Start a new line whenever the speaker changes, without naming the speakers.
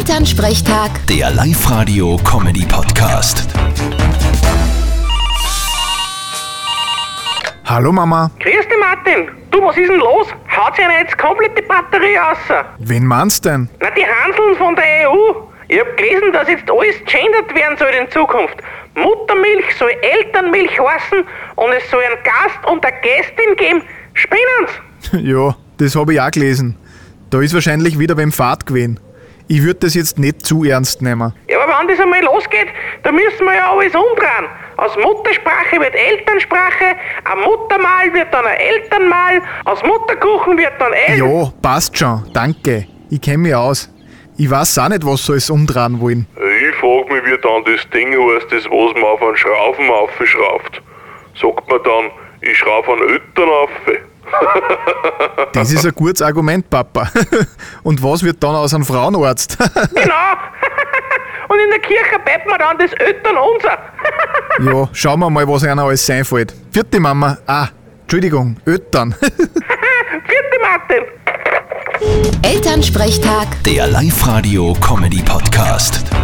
Elternsprechtag,
Der Live-Radio-Comedy-Podcast.
Hallo Mama,
Grüß dich, Martin. Du, was ist denn los? Haut sich einer jetzt komplett die Batterie raus?
wen meinst denn?
Na, die Hanseln von der EU. Ich hab gelesen, dass jetzt alles gendert werden soll in Zukunft. Muttermilch soll Elternmilch heißen und es soll einen Gast und eine Gästin geben. Spinnen's!
ja, das habe ich auch gelesen. Da ist wahrscheinlich wieder wem Fahrt gewesen. Ich würde das jetzt nicht zu ernst nehmen.
Ja, aber wenn das einmal losgeht, dann müssen wir ja alles umdrehen. Aus Muttersprache wird Elternsprache, ein Muttermal wird dann ein Elternmal, aus Mutterkuchen wird dann El...
Ja, passt schon, danke. Ich kenne mich aus. Ich weiß auch nicht, was sie alles umdrehen wollen.
Ich frag mich, wie dann das Ding heißt, das was man auf einen Schrauben aufschraubt. Sagt man dann, ich schraub einen Öttern auf.
Das ist ein gutes Argument, Papa. Und was wird dann aus einem Frauenarzt?
Genau. Und in der Kirche bleibt man dann das Öttern unser.
ja, schauen wir mal, was einer alles einfällt. Vierte Mama. Ah, Entschuldigung, Öttern.
Vierte Martin.
Elternsprechtag.
Der Live-Radio-Comedy-Podcast.